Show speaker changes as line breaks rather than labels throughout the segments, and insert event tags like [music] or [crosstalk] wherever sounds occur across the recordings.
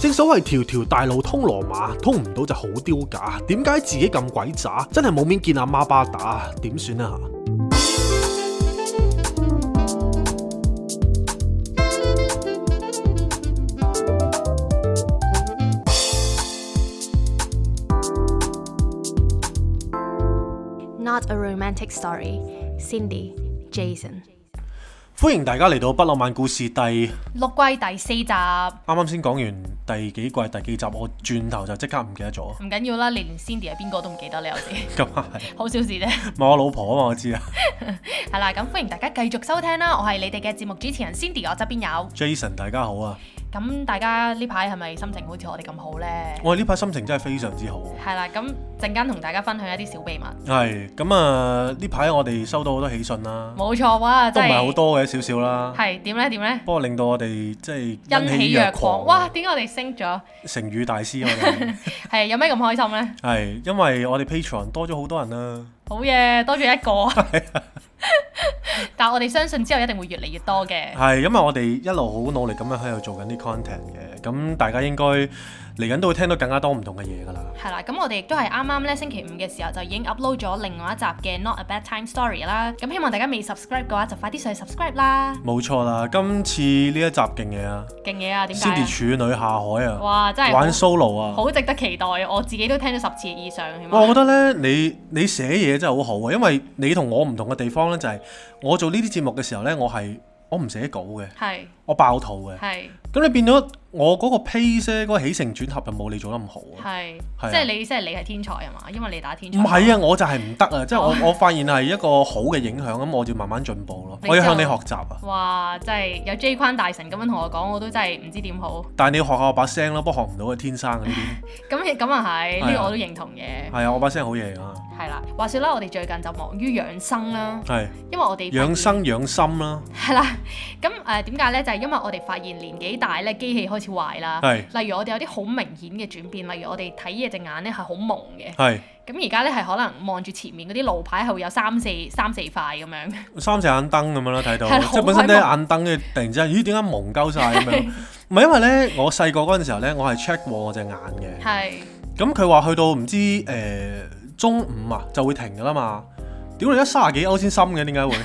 正所謂條條大路通羅馬，通唔到就好丟架。點解自己咁鬼渣？真係冇面見阿媽巴打，點算啊？
Not a romantic story. Cindy, Jason。
歡迎大家嚟到不浪漫故事第啱
六季第四集，唔
啱先講完第幾季第幾集，我轉頭就即刻唔記得咗。
緊要啦，你連 Cindy 係邊個都唔記得你有時 [laughs]
咁啊係，
好小事啫。 [laughs]
唔係我老婆啊嘛，我知啊。
係啦，咁歡迎大家繼續收聽啦，我係你哋嘅節目主持人 Cindy，我側邊有。
Jason 大家好啊，
咁大家呢排係咪心情好似我哋咁好呢？
我哋呢排心情真係非常之好。
係啦，咁陣間同大家分享一啲小秘密。
係咁啊，呢排我哋收到好多喜訊啦，
冇錯哇，
都
真
唔
係
係好。多嘅，少少啦。
係點呢？點呢？
不過令到我哋即係
欣喜若狂，哇！
哇！
點解我哋升咗？
成語大師我哋
係有咩咁開心呢？
係因為我哋 Patreon 多咗好多人啦，
好嘢，多咗
[laughs]
一個。
啊
[laughs] 但我哋相信之後一定會越嚟越多嘅。
係因為我哋一路好努力咁樣喺度做緊啲 content 嘅，咁大家應該嚟緊都會聽到更加多唔同嘅嘢㗎啦。
係啦，咁我哋亦都係啱啱咧星期五嘅時候就已經 upload 咗另外一集嘅 Not a Bad Time Story 啦。咁希望大家未 subscribe 嘅話，就快啲上去 subscribe 啦。
冇錯啦，今次呢一集勁嘢啊
勁嘢啊！點解
，Cindy
啊？
處女下海啊，
哇！真係
玩
好
solo 啊！
好值得期待，我自己都聽咗十次以上添啊。
哇我覺得咧，你你寫嘢真係好好啊，因為你同我唔同嘅地方咧，就係、我做呢啲節目嘅時候咧，我係我唔寫稿嘅，
係
我爆肚嘅。
係
咁你變咗我嗰個 pace 咧，嗰、個起承轉合就冇你做得咁好啊。
係
係啊，
即係你即係你係天才啊嘛？因為你打天才。
唔係啊，我就係唔得
哦
啊，即係我我發現係一個好嘅影響，咁我就要慢慢進步咯。
你就
我要向你學習啊，
哇！真係有 J 框大神咁樣同我講，我都真係唔知點好。
但係你要學下我把聲咯，不過學唔到嘅天生嘅呢啲。
咁咁啊
係
係，呢
啊
個我都認同嘅。
係啊，我把聲好嘢啊，
係啦，話說啦，我哋最近就忙於養生啦，
係
因為我哋
養生養心啦，
係啦，咁誒點解咧？就係、因為我哋發現年紀大咧，機器開始壞啦。
係
例如我哋有啲好明顯嘅轉變，例如我哋睇嘢隻眼咧係好蒙嘅，
係
咁而家咧係可能望住前面嗰啲路牌係會有三四三四塊咁樣，
三隻眼燈咁樣啦，睇到
係啦
即係本身咧
好
眼燈嘅，突然之間，咦點解蒙鳩晒咁
[laughs]
樣？唔係因為咧，我細個嗰陣時候咧，我係 check 過我隻眼嘅。
係
咁佢話去到唔知誒、中午啊就會停㗎啦嘛。屌你而家三十幾歐先深嘅，點解會？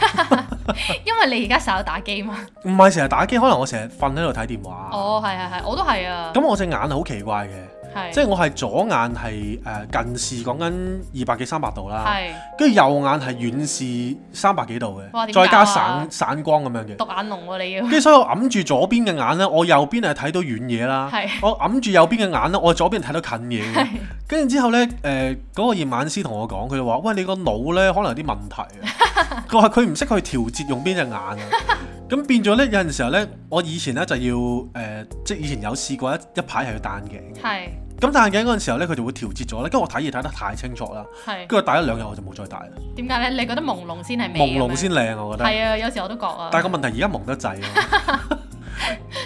因為你而家成日打機嘛。
唔係成日打機，可能我成日瞓喺度睇電話。
哦，係係係，我都係啊，
啊咁我隻眼係好奇怪嘅，
係
即係我係左眼係誒、近視講緊二百幾三百度啦，
係
跟住右眼係遠視三百幾度
哇
嘅，
點搞啊
再加散散光咁樣嘅。
獨眼龍喎、你
[laughs]
要
跟住所以我揞住左邊嘅眼咧，我右邊係睇到遠嘢啦
係。
我揞住右邊嘅眼咧，我左邊係睇到近嘢嘅。跟住之後咧，誒、嗰、個驗眼師同我講，佢就話：喂，你個腦咧可能有啲問題啊。
[laughs]
佢話佢唔識去調節用邊隻眼啊。咁變咗咧，有陣時候咧，我以前咧就要誒、即係以前有試過一一排係要戴眼鏡。
係
咁戴眼鏡嗰陣時候咧，佢就會調節咗咧。跟住我睇嘢睇得太清楚啦，
係
跟住我戴咗兩日我就冇再戴啦。
點解咧？你覺得朦朧先係美
朦
咁樣？
朧先靚啊，我覺得。
係啊，有時我都覺啊，
但係個問題而家蒙得滯啊！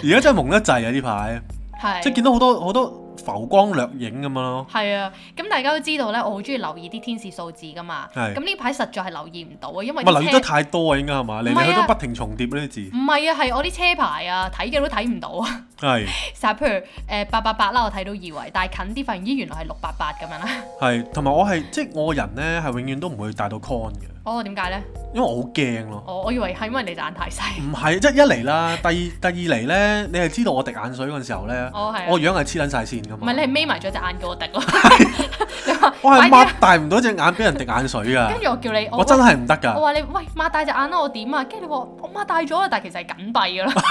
[laughs] 而家真係蒙得滯啊！呢排
係
即係見到好多好多浮光掠影咁樣咯。
係啊，咁大家都知道咧，我好中意留意啲天使數字噶嘛。
係
咁呢排實在係留意唔到啊，因
唔
為
係留
啲
意得
車
太多啊，應該係嘛？嚟
唔係
嚟
啊
去都不停重疊呢啲字
唔。係啊，係我啲車牌啊，睇嘅都睇唔到啊。 [laughs]
係
成日譬如誒八八八啦，我睇到二維，但係近啲發現咦原來係六八八咁樣啦。 [laughs]
係，同埋我係即係我個人咧係永遠都唔會帶到 con 嘅，
哦，點解咧？哦
因為我好驚咯。
我我以為係因為你隻眼太
[laughs]
細。
唔係，即係一嚟啦，第二第二嚟咧，你係知道我滴眼水嗰陣時候咧，
哦，係
我
啊。
樣係黐撚晒線噶
唔
嘛
係。你係眯埋咗隻眼叫我滴咯，
[laughs] 我係
快啲啊
擘大唔到隻眼俾人滴眼水
跟
㗎，
住我叫你，
我真係唔得㗎
我。話你喂擘大隻眼啦，我點啊？跟住你話我擘大咗啦，啊但係其實係緊閉噶啦，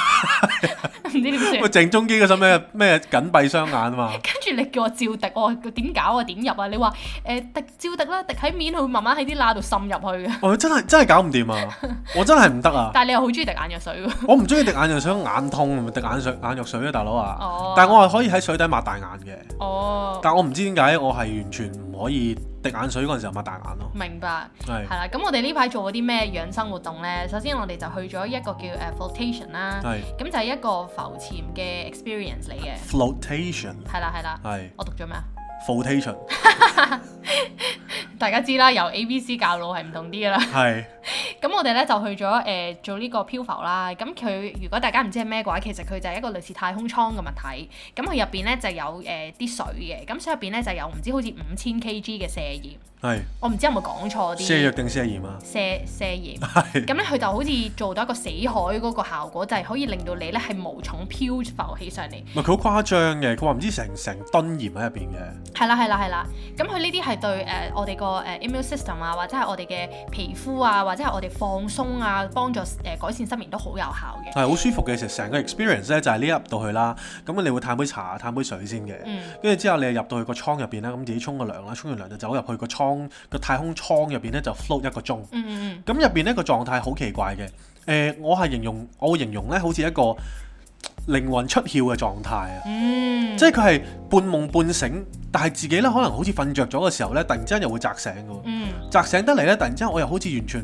[laughs]
[laughs] 唔知點算
喂，。鄭中基嗰首咩咩緊閉雙眼啊嘛。
跟住你叫我照滴，我話點搞啊？點入啊？你話誒、滴照滴啦，滴喺面，佢會慢慢喺啲罅度滲入去嘅。
哦我真係真係搞唔掂啊！我真係唔得啊！
但係你又好中意滴眼藥水喎。
我唔中意滴眼藥水，眼痛咪滴眼水眼藥水啊，大佬啊！
哦
但係我係可以喺水底擘大眼嘅，
[laughs] 哦，
但我唔知點解我係完全唔可以滴眼水嗰陣時候擘大眼咯。
明白。
係
係啦，咁我哋呢排做咗啲咩養生活動呢？首先我哋就去咗一個叫誒 flotation 啦，
係
咁就係一個浮潛嘅 experience 嚟嘅。
flotation
係啦係啦，
係
我讀咗咩啊？
flotation
大家知啦，由 A B C 教路係唔同啲噶啦。
係
咁我哋咧就去咗誒、呃做呢個漂浮啦。咁佢如果大家唔知係咩嘅話，其實佢就係一個類似太空艙嘅物體。咁佢入邊咧就有誒啲、水嘅，咁所以入邊咧就有呃唔知好似五千 kg 嘅瀉鹽。 [laughs]
係
我唔知有冇講錯啲
卸藥定卸鹽啊？
瀉瀉鹽。
係
咁咧佢就好似做到一個死海嗰個效果，就係、可以令到你咧係無重漂浮起上嚟。
咪佢好誇張嘅，佢話唔知成成噸鹽喺入邊嘅。
係啦係啦係啦，咁佢呢啲係對誒、呃我哋個誒 immune system 啊，或者係我哋嘅皮膚啊，或者係我哋放鬆啊，幫助誒、呃改善失眠都好有效嘅。
係好舒服嘅，其實成個 experience 咧就係呢一入到去啦，咁啊你會嘆杯茶、嘆杯水先嘅，
嗯
跟住之後你入到去個倉入邊啦，咁自己沖個涼啦，沖完涼就走入去個倉個太空倉入邊咧就 float 一個鐘，
嗯嗯
咁入邊呢個狀態好奇怪嘅，誒、我係形容我會形容咧好似一個靈魂出竅嘅狀態啊！
嗯，
即係佢係半夢半醒，但係自己咧可能好似瞓着咗嘅時候咧，突然之間又會擲醒嘅喎，
嗯
擲醒得嚟咧，突然之間我又好似完全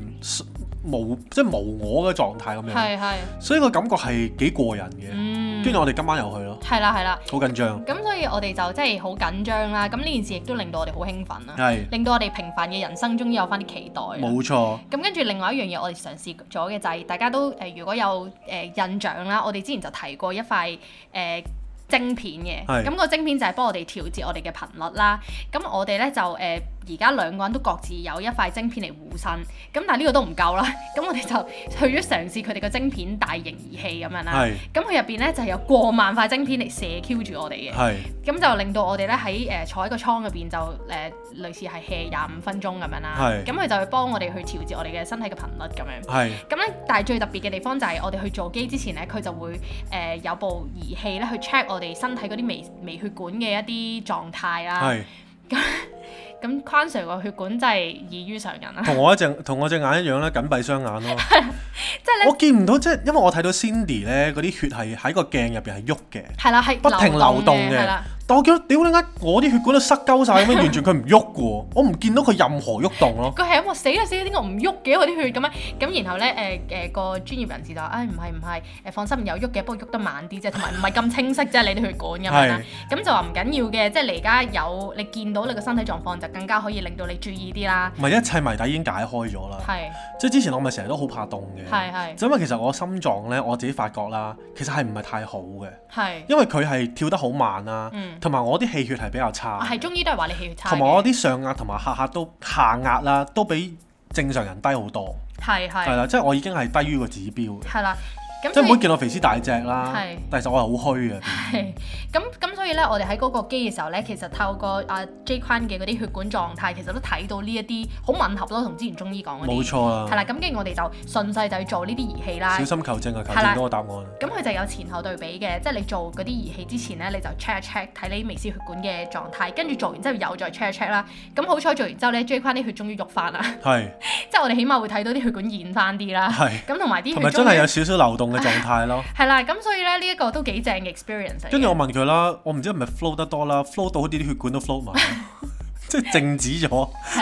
無即係無我嘅狀態咁樣，
係啊係，
所以個感覺係幾過癮嘅。
嗯
跟住我哋今晚又去咯，
係啦係啦，
好緊張。
咁所以我哋就真係好緊張啦。咁呢件事亦都令到我哋好興奮啦，
係，
令到我哋平凡嘅人生終於有翻啲期待啊。
冇錯，
咁跟住另外一樣嘢，我哋嘗試咗嘅就係、大家都誒、呃如果有誒、呃印象啦，我哋之前就提過一塊誒、呃晶片嘅，
係
咁個晶片就係幫我哋調節我哋嘅頻率啦。咁我哋咧就誒而家兩個人都各自有一塊晶片嚟護身，咁但係呢個都唔夠啦，咁我哋就 [laughs] 去咗嘗試佢哋嘅晶片大型儀器咁樣啦。
係
咁佢入邊咧就係有過萬塊晶片嚟射 Q 住我哋嘅，
係
咁就令到我哋咧喺誒坐喺個倉入邊就誒、呃、類似係 hea 廿五分鐘咁樣啦
係。
咁佢就會幫我哋去調節我哋嘅身體嘅頻率咁樣。
係
咁咧，但係最特別嘅地方就係我哋去做機之前咧，佢就會誒、呃有部儀器咧去 check 我哋身體嗰啲微微血管嘅一啲狀態啦。
係，
咁框 Sir 個血管真係異於常人啦，啊
同我一隻同我隻眼一樣啦，緊閉雙眼咯。
[laughs] 即係咧
我見唔到，即係因為我睇到 Cindy 咧嗰啲血係喺個鏡入邊係喐嘅，
係啦，係
不停流動
嘅，係
嘅
啦，。
但我見到屌點解我啲血管都塞鳩晒咁樣，完全佢唔喐嘅
[laughs]
喎，我唔見到佢任何喐動咯。
佢係咁話死啦死啦，點解我唔喐嘅我啲血咁樣？咁然後咧誒誒個專業人士就話：，唉唔係唔係，誒放心有喐嘅，不過喐得慢啲啫，同埋唔係咁清晰啫，你啲血管咁樣啦
係。
咁就話唔緊要嘅，即係你而家有你見到你個身體狀況，就更加可以令到你注意啲啦。
唔係一切謎底已經解開咗啦。
係
即係之前我咪成日都好怕凍
係
嘅，
係
就因為其實我心臟咧我自己發覺啦，其實係唔係太好嘅，
係，
因為佢係跳得好慢啦
嗯，
同埋我啲氣血係比較差
我。係中醫都係話你氣血差
同埋我
嘅，
啲上壓同埋下壓都下壓啦，都比正常人低好多，
係
係
係
啦，即係我已經係低於個指標嘅，
係啦。咁
即係
所
唔好
以
見我肥屍大隻啦
係，
但係其實我係好虛嘅，
咁咁所以咧，我哋喺嗰個機嘅時候咧，其實透過阿 J 坤嘅嗰啲血管狀態，其實都睇到呢一啲好吻合咯，同之前中醫講嗰
冇
啲。
錯
係
啦，
啦，咁跟住我哋就順勢就去做呢啲儀器啦
啊小。心求證啊，求
係啦
證到個答案，
咁佢就有前後對比嘅，即係你做嗰啲儀器之前咧，你就 check 一 check 睇你微絲血管嘅狀態，跟住做完之後又再 check 一 check 啦。咁好彩做完之後咧，J 框啲血終於喐翻啦， [laughs]
係
即係我哋起碼會睇到啲血管現翻啲啦。
係，
咁同埋啲
同埋
血
真
終
係
於
有少少流動嘅狀態咯。
係啦，咁所以咧呢一個都幾正嘅 experience 嚟嘅。
跟住我問佢啦，我唔知係咪 flow 得多啦，flow 到啲血管都
[laughs]
flow 埋，即係靜止咗，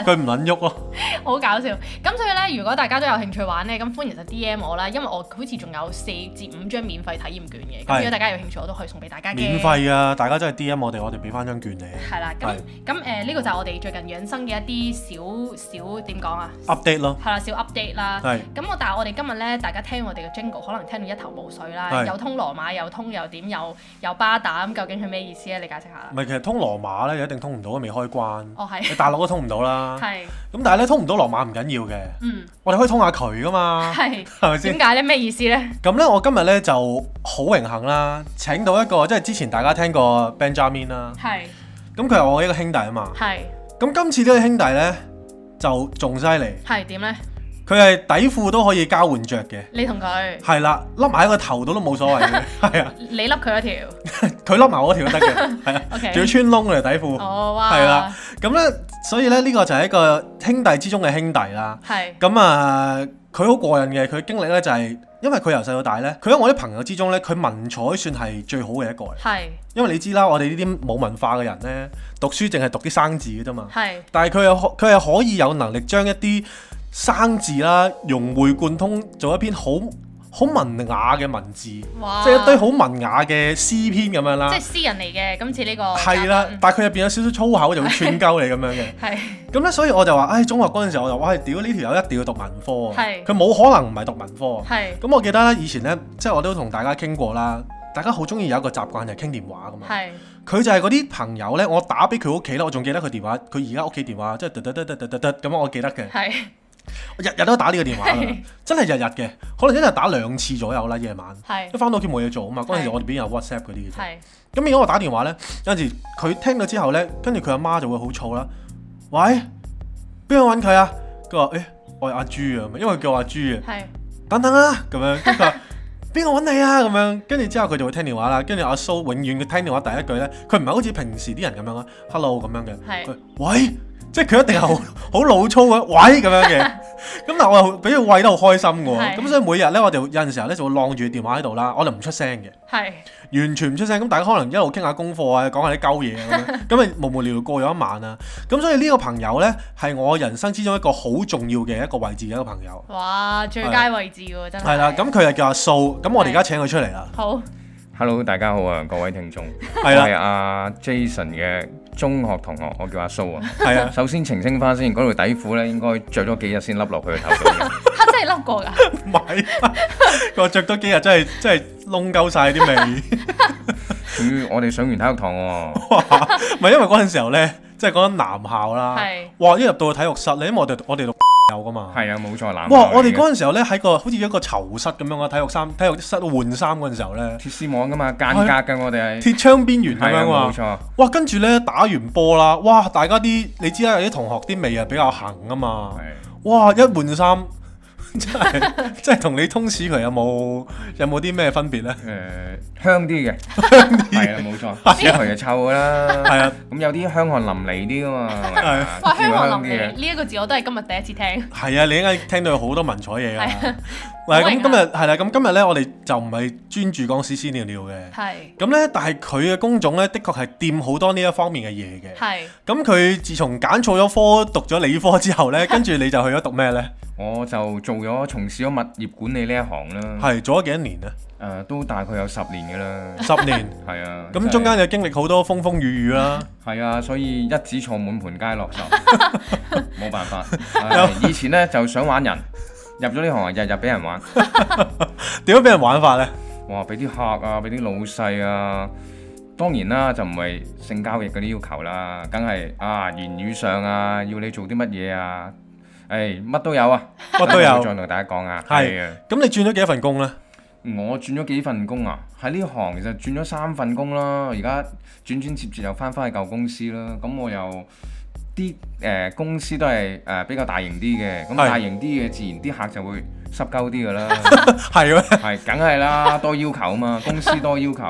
佢唔撚喐咯，
[laughs] 好搞笑。咁所以咧，如果大家都有興趣玩咧，咁歡迎就 D M 我啦，因為我好似仲有四至五張免費體驗券嘅。咁
係
如果大家有興趣，我都可以送俾大家嘅。
免費啊！大家真係 D M 我哋，我哋俾翻張券你
係啦，咁
係
咁誒呢個就係我哋最近養生嘅一啲小小點講啊，
update 咯，
係啦，小 update 啦。
係
咁我但係我哋今日咧，大家聽我哋嘅 jingle 可能聽到一頭霧水啦，
係
又通羅馬，又通又點，又又巴打，咁究竟佢咩意思啊咧？你解釋下啦
唔。係其實通羅馬咧，一定通唔到，未開關。
哦，
[laughs]
係
你大陸都通唔到啦。
係，
咁但係咧，通唔到羅馬唔緊要嘅，
嗯，
我哋可以通下佢噶嘛，
係。
啊係咪
點
先？
解咧？咩意思咧？
咁咧，我今日咧就好榮幸啦，請到一個即係之前大家聽過 Benjamin 啦，
係
咁佢係我一個兄弟啊嘛。
係
咁今次呢個兄弟咧就仲犀利，
係點咧？
佢係底褲都可以交換着嘅，
你同佢，
係啦，笠埋喺個頭度都冇所謂
[laughs]
嘅，係啊，
你笠佢一條。
佢笠埋我條都得嘅，係啊，
OK
仲要穿窿嘅底褲。
哦，哇！
係啦，咁咧，所以咧呢個就係一個兄弟之中嘅兄弟啦。
係
咁啊，佢好過癮嘅，佢經歷咧就係、因為佢由細到大咧，佢喺我啲朋友之中咧，佢文采算係最好嘅一個嚟。
係
因為你知啦，我哋呢啲冇文化嘅人咧，讀書淨係讀啲生字嘅啫嘛。
係
但係佢又可佢係可以有能力將一啲生字啦，融會貫通，做一篇好好好文雅嘅文字，即
哇
係一堆好文雅嘅詩篇咁樣啦
即。係私人嚟嘅，今次呢個
係啦
嘉，賓
但係佢入邊有少少粗口就會串鳩你咁樣嘅。
[laughs] 係
咁咧，所以我就話，唉、中學嗰陣時候我就話，唉，屌呢條友一定要讀文科啊，
係
佢冇可能唔係讀文科啊。
係
咁我記得咧，以前咧，即係我都同大家傾過啦，大家好中意有一個習慣就係傾電話噶嘛。
係
佢就係嗰啲朋友咧，我打俾佢屋企咧，我仲記得佢電話，佢而家屋企電話，即係嘟嘟嘟嘟嘟嘟嘟咁樣，我記得
[laughs]
嘅。
係
我日日都打呢個電話㗎啦
[laughs] 係，
真係日日嘅，可能一日打兩次左右啦，夜晚。
係
一翻到屋企冇嘢做啊嘛，嗰陣時
係
我哋邊有 WhatsApp 嗰啲嘅啫。
係
咁如果我打電話咧，有陣時佢聽到之後咧，跟住佢阿媽就會好燥啦。喂，邊個揾佢啊？佢話：誒、我係阿朱啊，因為佢叫我阿朱啊。
係
等等啦，咁樣跟住佢話邊個揾你啊？咁樣跟住之後佢就會聽電話啦。跟住阿蘇永遠佢聽電話第一句咧，佢唔係好似平時啲人咁樣啊，hello 咁樣嘅，
係
佢喂，即係佢一定係好好老粗嘅喂咁樣嘅。咁但係我又俾佢喂得好開心嘅喎，
係
咁所以每日咧我哋有陣時候咧就會晾住電話喺度啦，我就唔出聲嘅。
係
完全唔出聲，咁大家可能一路傾下功課啊，講下啲鳩嘢啊咁
[laughs]
樣，咁咪無無聊聊過咗一晚啊。咁所以呢個朋友呢，係我人生之中一個好重要嘅一個位置嘅一個朋友。
哇最佳位置喎真係
係啦，咁佢就叫阿蘇，咁我哋而家請佢出嚟啦。
好
Hello，大家好啊，各位聽眾，我
係
係啊
啦，
阿 Jason 嘅中學同學，我叫阿蘇啊。 [laughs]
係啊， [laughs]
首先澄清翻先，嗰條底褲咧應該着咗幾日先笠落去個頭
[laughs]
度嘅。
嚇真係笠過㗎，
唔係，佢話着多幾日真係真係窿鳩晒
[laughs]
啲味。
佢我哋上完體育堂喎，
唔係因為嗰陣時候呢，即係講緊男校啦
係，
哇！一入到去體育室咧，因為我哋我哋讀有噶嘛。
係啊，冇錯，男
哇！我哋
嗰
嗰陣時候呢，喺個好似一個囚室咁樣啊嘅體育衫、體育室換衫嗰陣時候呢，
鐵絲網噶嘛，間隔噶，我哋係
啊鐵窗邊緣咁
係
樣
啊，冇
喎。
錯，
哇，跟住咧打完波啦，哇！大家啲你知啦，有啲同學啲味啊比較痕啊嘛，
係
哇！一換衫 [laughs] 真係真係同你通屎渠有冇有冇啲咩分別咧？
誒香啲嘅，香啲係啊，冇錯，絲佢就臭噶啦。
係啊，
咁有啲香汗淋漓啲噶嘛，係咪啊
哇香港
啲
林
嘢
嚟呢一個字我都係今日第一次聽，
係啊，你應該聽到好多文采嘢㗎
係
啦。嗱，
好明
咁今
啊
日係啦，咁今日咧我哋就唔係專注講屎屎尿尿嘅。
係
咁咧，但係佢嘅工種咧，的確係掂好多呢一方面嘅嘢嘅。
係
咁佢自從揀錯咗科，讀咗理科之後咧，跟住你就去咗讀咩
嗯
咧？
我就做咗從事咗物業管理呢一行啦，
係做咗幾多年啊？
誒呃都大概有十年噶啦。
[laughs] 十年。
係啊，
咁中間就經歷好多風風雨雨啦， [laughs]
係啊，所以一子錯滿盤皆落手，冇
[laughs]
辦法。唉以前呢就想玩人，入咗呢行啊，日日俾人玩，
點樣俾人玩法 [laughs] 呢？
哇！俾啲客啊，俾啲老細啊。當然啦，就唔係性交易嗰啲要求啦，梗係啊言語上啊，要你做啲乜嘢啊，誒、乜都有啊，
乜都有
等我再同大家講啊，
係
啊。
咁你轉咗幾多份工呢？ [laughs]
我轉咗幾份工啊，喺呢行其實轉咗三份工啦，而家轉轉接接又翻返去舊公司啦。咁我又啲誒、呃公司都係誒、呃比較大型啲嘅，咁
係
大型啲嘅自然啲客就會濕鳩啲噶
[laughs]
啦，
係咩？
係梗係啦，多要求啊嘛，公司多要求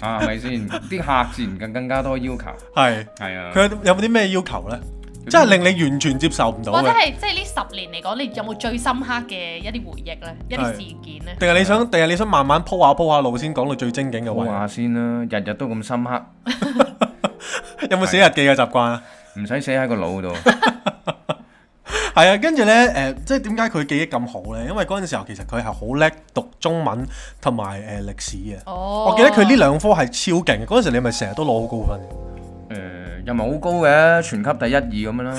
啊，係咪先？啲客自然更更加多要求，
係
係啊，
佢有冇啲咩要求呢？即係令你完全接受唔到
或者
嘅，
係即係呢十年嚟講，你有冇最深刻嘅一啲回憶咧？一啲
係
事件咧？
定係你想，定係你想慢慢鋪下鋪下路先講到最精警嘅
講
位？
下先啦，日日都咁深刻，
有冇寫日記嘅習慣啊？
唔使寫喺個腦
[laughs]
度，
係啊，跟住呢，誒、即係點解佢記憶咁好呢？因為嗰陣時候其實佢係好叻讀中文同埋誒歷史嘅。
哦，
我記得佢呢兩科係超勁嘅，嗰陣時你咪成日都攞好高分嘅。
誒、又唔係好高嘅，全級第一二咁樣啦。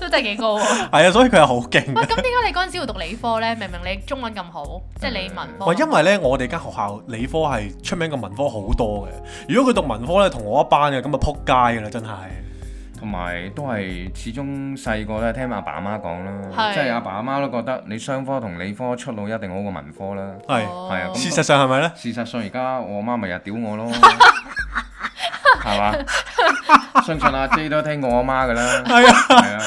都真係幾高喎。
係啊，所以佢係好勁
喂，
嘅。
咁點解你嗰陣時要讀理科咧？明明你中文咁好，即係你文科。
喂，因為咧，我哋間學校理科係出名過文科好多嘅。如果佢讀文科咧，同我一班嘅，咁啊撲街㗎啦，真係。
同埋都係始終細個都係聽阿爸阿媽講啦，
係
即係阿爸阿媽都覺得你商科同理科出路一定好過文科啦。
係、
哦
係啊咁
事實上係咪咧？
事實上而家我媽咪日屌
[laughs]
我咯，係嘛？相信阿 J 都聽過我媽噶啦，
係啊，
係啊，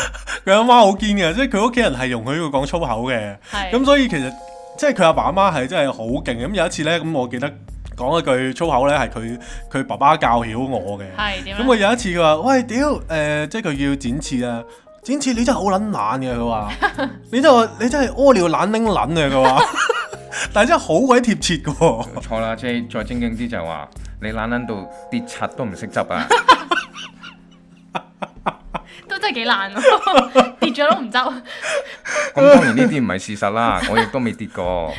佢阿媽好堅嘅，即係佢屋企人係容許佢講粗口嘅。
係
咁所以其實即係佢阿爸阿媽係真係好勁嘅。咁有一次咧，咁我記得講一句粗口咧，係佢佢爸爸教曉我嘅。
係點
咁佢
咧？
有一次佢話：喂屌，誒、即係佢要剪翅啊！剪翅你真係好撚懶嘅，佢
[laughs]
話你真係你真係屙尿懶拎撚啊！佢話，
[laughs]
但係真係好鬼貼切嘅喎。
錯啦，J 再正經啲就係話你懶懶到跌柒都唔識執啊，
都真真係幾
[laughs]
難喎，跌咗都唔執。
咁當然呢啲唔係事實啦，我亦都未跌過。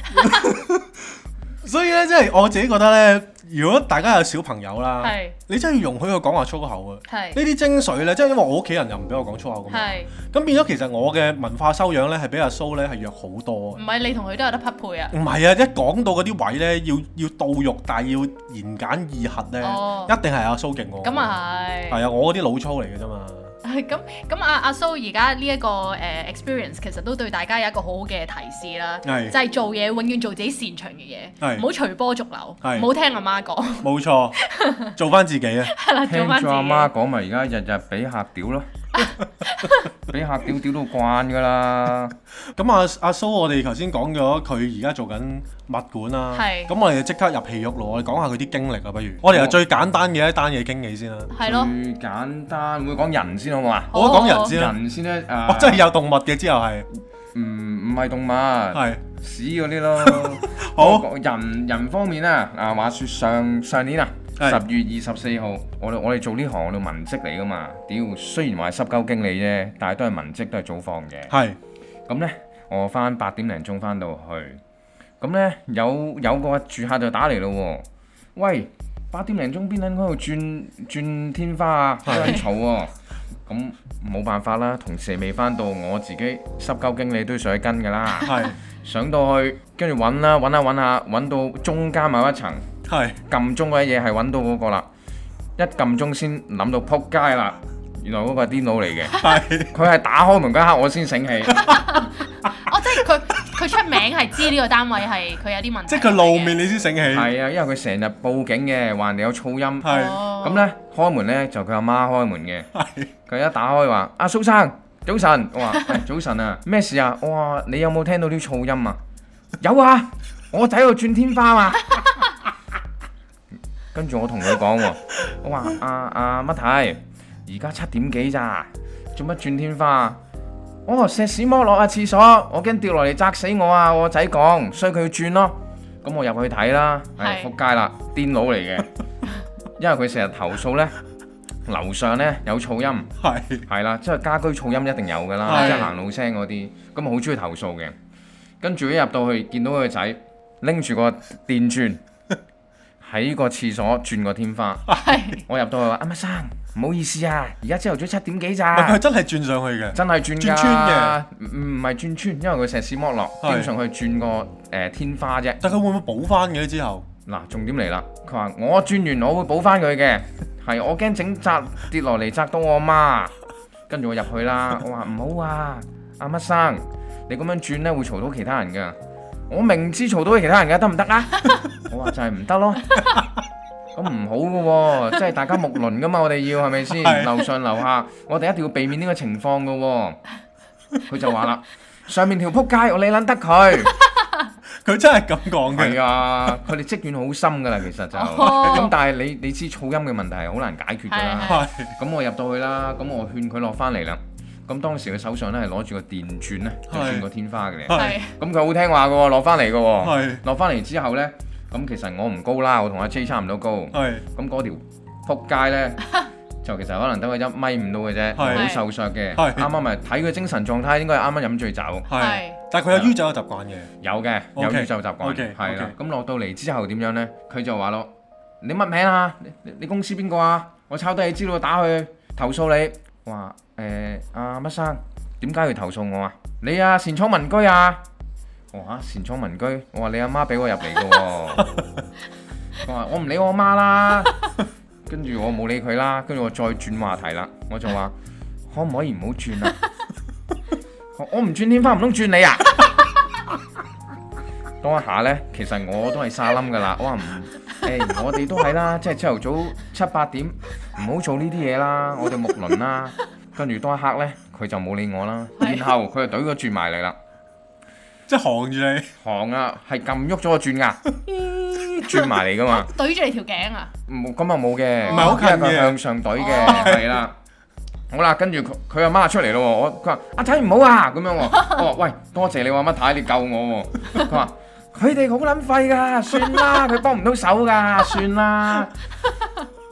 所以咧，即係我自己覺得咧，如果大家有小朋友啦
係，
你真係要容許佢講下粗口啊。
係
呢啲精髓咧，即係因為我屋企人又唔俾我講粗口咁嘛，
係，
咁變咗其實我嘅文化修養咧係比阿蘇咧係弱好多
唔
嘅。
係你同佢都有得匹配啊？
唔係啊，一講到嗰啲位咧，要要到肉，但係要言簡意賅咧，
哦
一定係阿蘇勁我。
咁啊係。
係啊，我嗰啲老粗嚟嘅啫嘛。
[laughs] 咁咁阿阿蘇而家呢一個誒、呃 experience 其實都對大家有一個好好嘅提示啦，就
係
係做嘢永遠做自己擅長嘅嘢，
係
唔好隨波逐流，
係
唔好聽阿媽
[laughs]
講， [laughs]
冇錯，做翻自己啊！
係啦，
聽
做翻自
住阿媽
己。
講咪，而家日日俾客屌咯，俾客屌屌到慣噶啦。
咁啊阿蘇，我哋頭先講咗佢而家做緊物管啦，
係
咁我哋就即刻入戲肉咯。我哋講下佢啲經歷啊，不如我哋由最簡單嘅一單嘢經歷先啦。
係咯，
最簡單，會講人先好唔好啊？
好
我講人先啦，
人先咧，誒、
哦，真係有動物嘅之後係
唔唔係動物，
係
屎嗰啲咯。
好
我人人方面啊，啊話説上上年啊，
係
十月二十四號，我哋我哋做呢行我哋文職嚟噶嘛，屌雖然話係濕鳩經理啫，但係都係文職，都係早放嘅。
係
咁呢，我翻八點零鐘翻到去，咁呢，有有個住客就打嚟咯喎，喂，八點零鐘邊撚嗰度轉轉天花啊，好撚嘈喎，咁冇辦法啦，同事未翻到，我自己濕鳩經理都要上去跟㗎啦，
係
上到去跟住揾啦，揾下揾下，揾到中間某一層
係
撳鐘嗰啲嘢係揾到嗰個啦，一撳鐘先諗到撲街啦，原來嗰個係癲佬嚟嘅，
係
佢係打開門嗰刻我先醒起。
哦，即係佢佢出名係知呢個單位係佢有啲問題，
即係佢露面，你先醒起，係
係啊，因為佢成日報警嘅，話人哋有噪音。
係
咁
咁呢，開門呢，就佢阿媽開門嘅。佢一打開話：阿蘇生，早晨。我話：喂早晨啊，咩事啊？我話：你有冇聽到啲噪音啊？有啊，我仔喺度轉天花嘛。 [laughs] 跟住我同佢講喎，我話：阿阿乜太，而家七點幾咋？做乜轉天花啊？哦，石屎剝落啊！廁所，我驚掉落嚟砸死我啊！我仔講，所以佢要轉咯。咁我入去睇啦，係
係
仆街啦，癲佬嚟嘅，因為佢成日投訴呢，樓上呢有噪音，
係
係啦，即係家居噪音一定有㗎啦，
係
即係行路聲嗰啲，咁我好中意投訴嘅。跟住一入到去，見到佢個仔拎住個電鑽
[laughs]
喺個廁所轉個天花，
係
我入到去話：阿乜生，唔好意思啊，而家朝頭早七點幾
唔係佢
咋。
真係轉上去嘅，
真係轉㗎
轉穿嘅
唔唔係轉穿，因為佢石屎剝落，
係
經常去轉個誒、呃天花啫。
但佢會唔會補翻嘅之後？
嗱，重點嚟啦，佢話我轉完我會補翻佢嘅， [laughs] 係我驚整砸跌落嚟砸到我媽。跟住我入去啦，我話唔好啊，阿乜生，你咁樣轉呢會嘈到其他人㗎。我明知嘈到其他人㗎，得唔得啊？我話就係唔得咯。咁唔好嘅喎、即係大家睦鄰㗎嘛，我哋要係咪
係
先？樓上樓下，我哋一定要避免呢個情況㗎喎、佢就話啦，上面條撲街，我理撚得佢。
佢真係咁講嘅
係，啊，佢哋積怨好深㗎啦，其實就
哦
咁，但係你你知噪音嘅問題係好難解決㗎
係
啦。
係
咁我入到去啦，咁我勸佢落翻嚟啦。咁當時佢手上咧係攞住個電鑽咧，就
係
轉個天花嘅。
係
係
咁佢好聽話嘅喎，攞翻嚟嘅喎。
係
落翻嚟之後咧，咁其實我唔高啦，我同阿 J 差唔多高。
係
咁嗰條撲街咧，
[laughs]
就其實可能得個一米五到嘅啫，
係
好瘦削嘅。
係
啱啱咪睇佢精神狀態，應該係啱啱飲醉酒。
係
係，
但係佢有酗酒嘅習慣嘅，
有嘅，有
OK，
宇宙習慣，
OK，
係啦。咁落到嚟之後點樣呢？佢就話咯：你乜名啊？你你你公司邊個啊？我抄低你資料打去投訴你。我話誒阿乜生，點解要投訴我啊？你啊善闖民居啊！我話嚇善闖民居，我話你阿媽俾我入嚟嘅喎。
[laughs]
佢話我唔理我阿媽啦，跟住我冇理佢啦，跟住我再轉話題啦，我就話可唔可以唔好轉啊？
[laughs]
我我唔轉天花唔通轉你啊？當下呢，其實我都係沙冧噶啦，我話唔，誒、我哋都係啦，即係朝頭早七八點唔好做呢啲嘢啦，我哋木輪啦，跟住當一刻呢，佢就冇理我啦，
係
然後佢就懟咗轉埋嚟啦，
即係行住你，
行啊，係撳喐咗個轉噶，轉埋嚟噶嘛。
懟住你條頸啊！
冇咁又冇嘅，
唔係好近嘅
因為佢向上隊嘅，
哦
係啦。好啦，跟住佢佢阿媽出嚟咯喎，我佢話阿仔唔好啊咁
[laughs]
樣喎，我話喂多謝你話乜太你救我喎，佢話佢哋好撚廢㗎，算啦，佢幫唔到手㗎，算啦。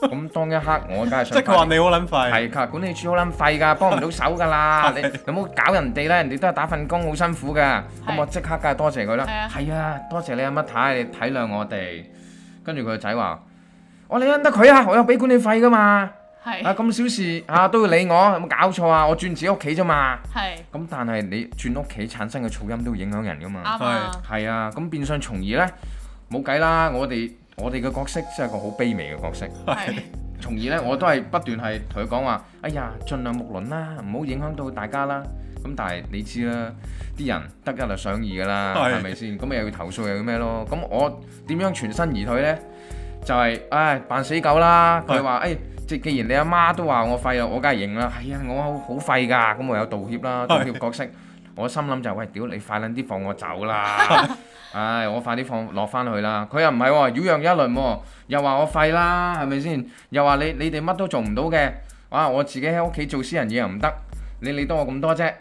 咁當一刻我梗係
即
想
係佢話你好撚廢，
係佢話管理處好撚廢㗎，幫唔到手㗎
[laughs]
啦，你你唔好搞人哋啦，人哋都係打份工好辛苦㗎。咁
係
我即刻梗係多謝佢啦
係啊，
係啊，多謝你阿乜太，你體諒我哋。跟住佢個仔話：我理撚得佢啊，我有俾管理費㗎嘛，啊
係
咁小事啊都要理我，有冇搞錯啊？我轉自己屋企啫嘛。
係
咁但係你轉屋企產生嘅噪音都會影響人㗎嘛。
啱啊，
係啊，咁變相從而呢，冇計啦，我哋我哋嘅角色真係個好卑微嘅角色。
係
從而呢，我都係不斷係同佢講話，哎呀，盡量木輪啦，唔好影響到大家啦。咁但係你知啦，啲人得一就想二㗎啦，
係
係咪先？咁又要投訴又要咩咯？咁我點樣全身而退呢？就係、唉，扮死狗啦！佢話：，誒、哎即既然你阿媽都話我廢啦，我梗係認啦。係、啊，我好好廢㗎，咁我有道歉啦，道歉角色。我心諗就係喂，屌你快撚啲放我走啦！ [laughs] 唉，我快啲放落翻去啦。佢又唔係喎，擾攘一輪喎、又話我廢啦，係咪先？又話你你哋乜都做唔到嘅，啊，我自己喺屋企做私人嘢又唔得，你理多我咁多啫。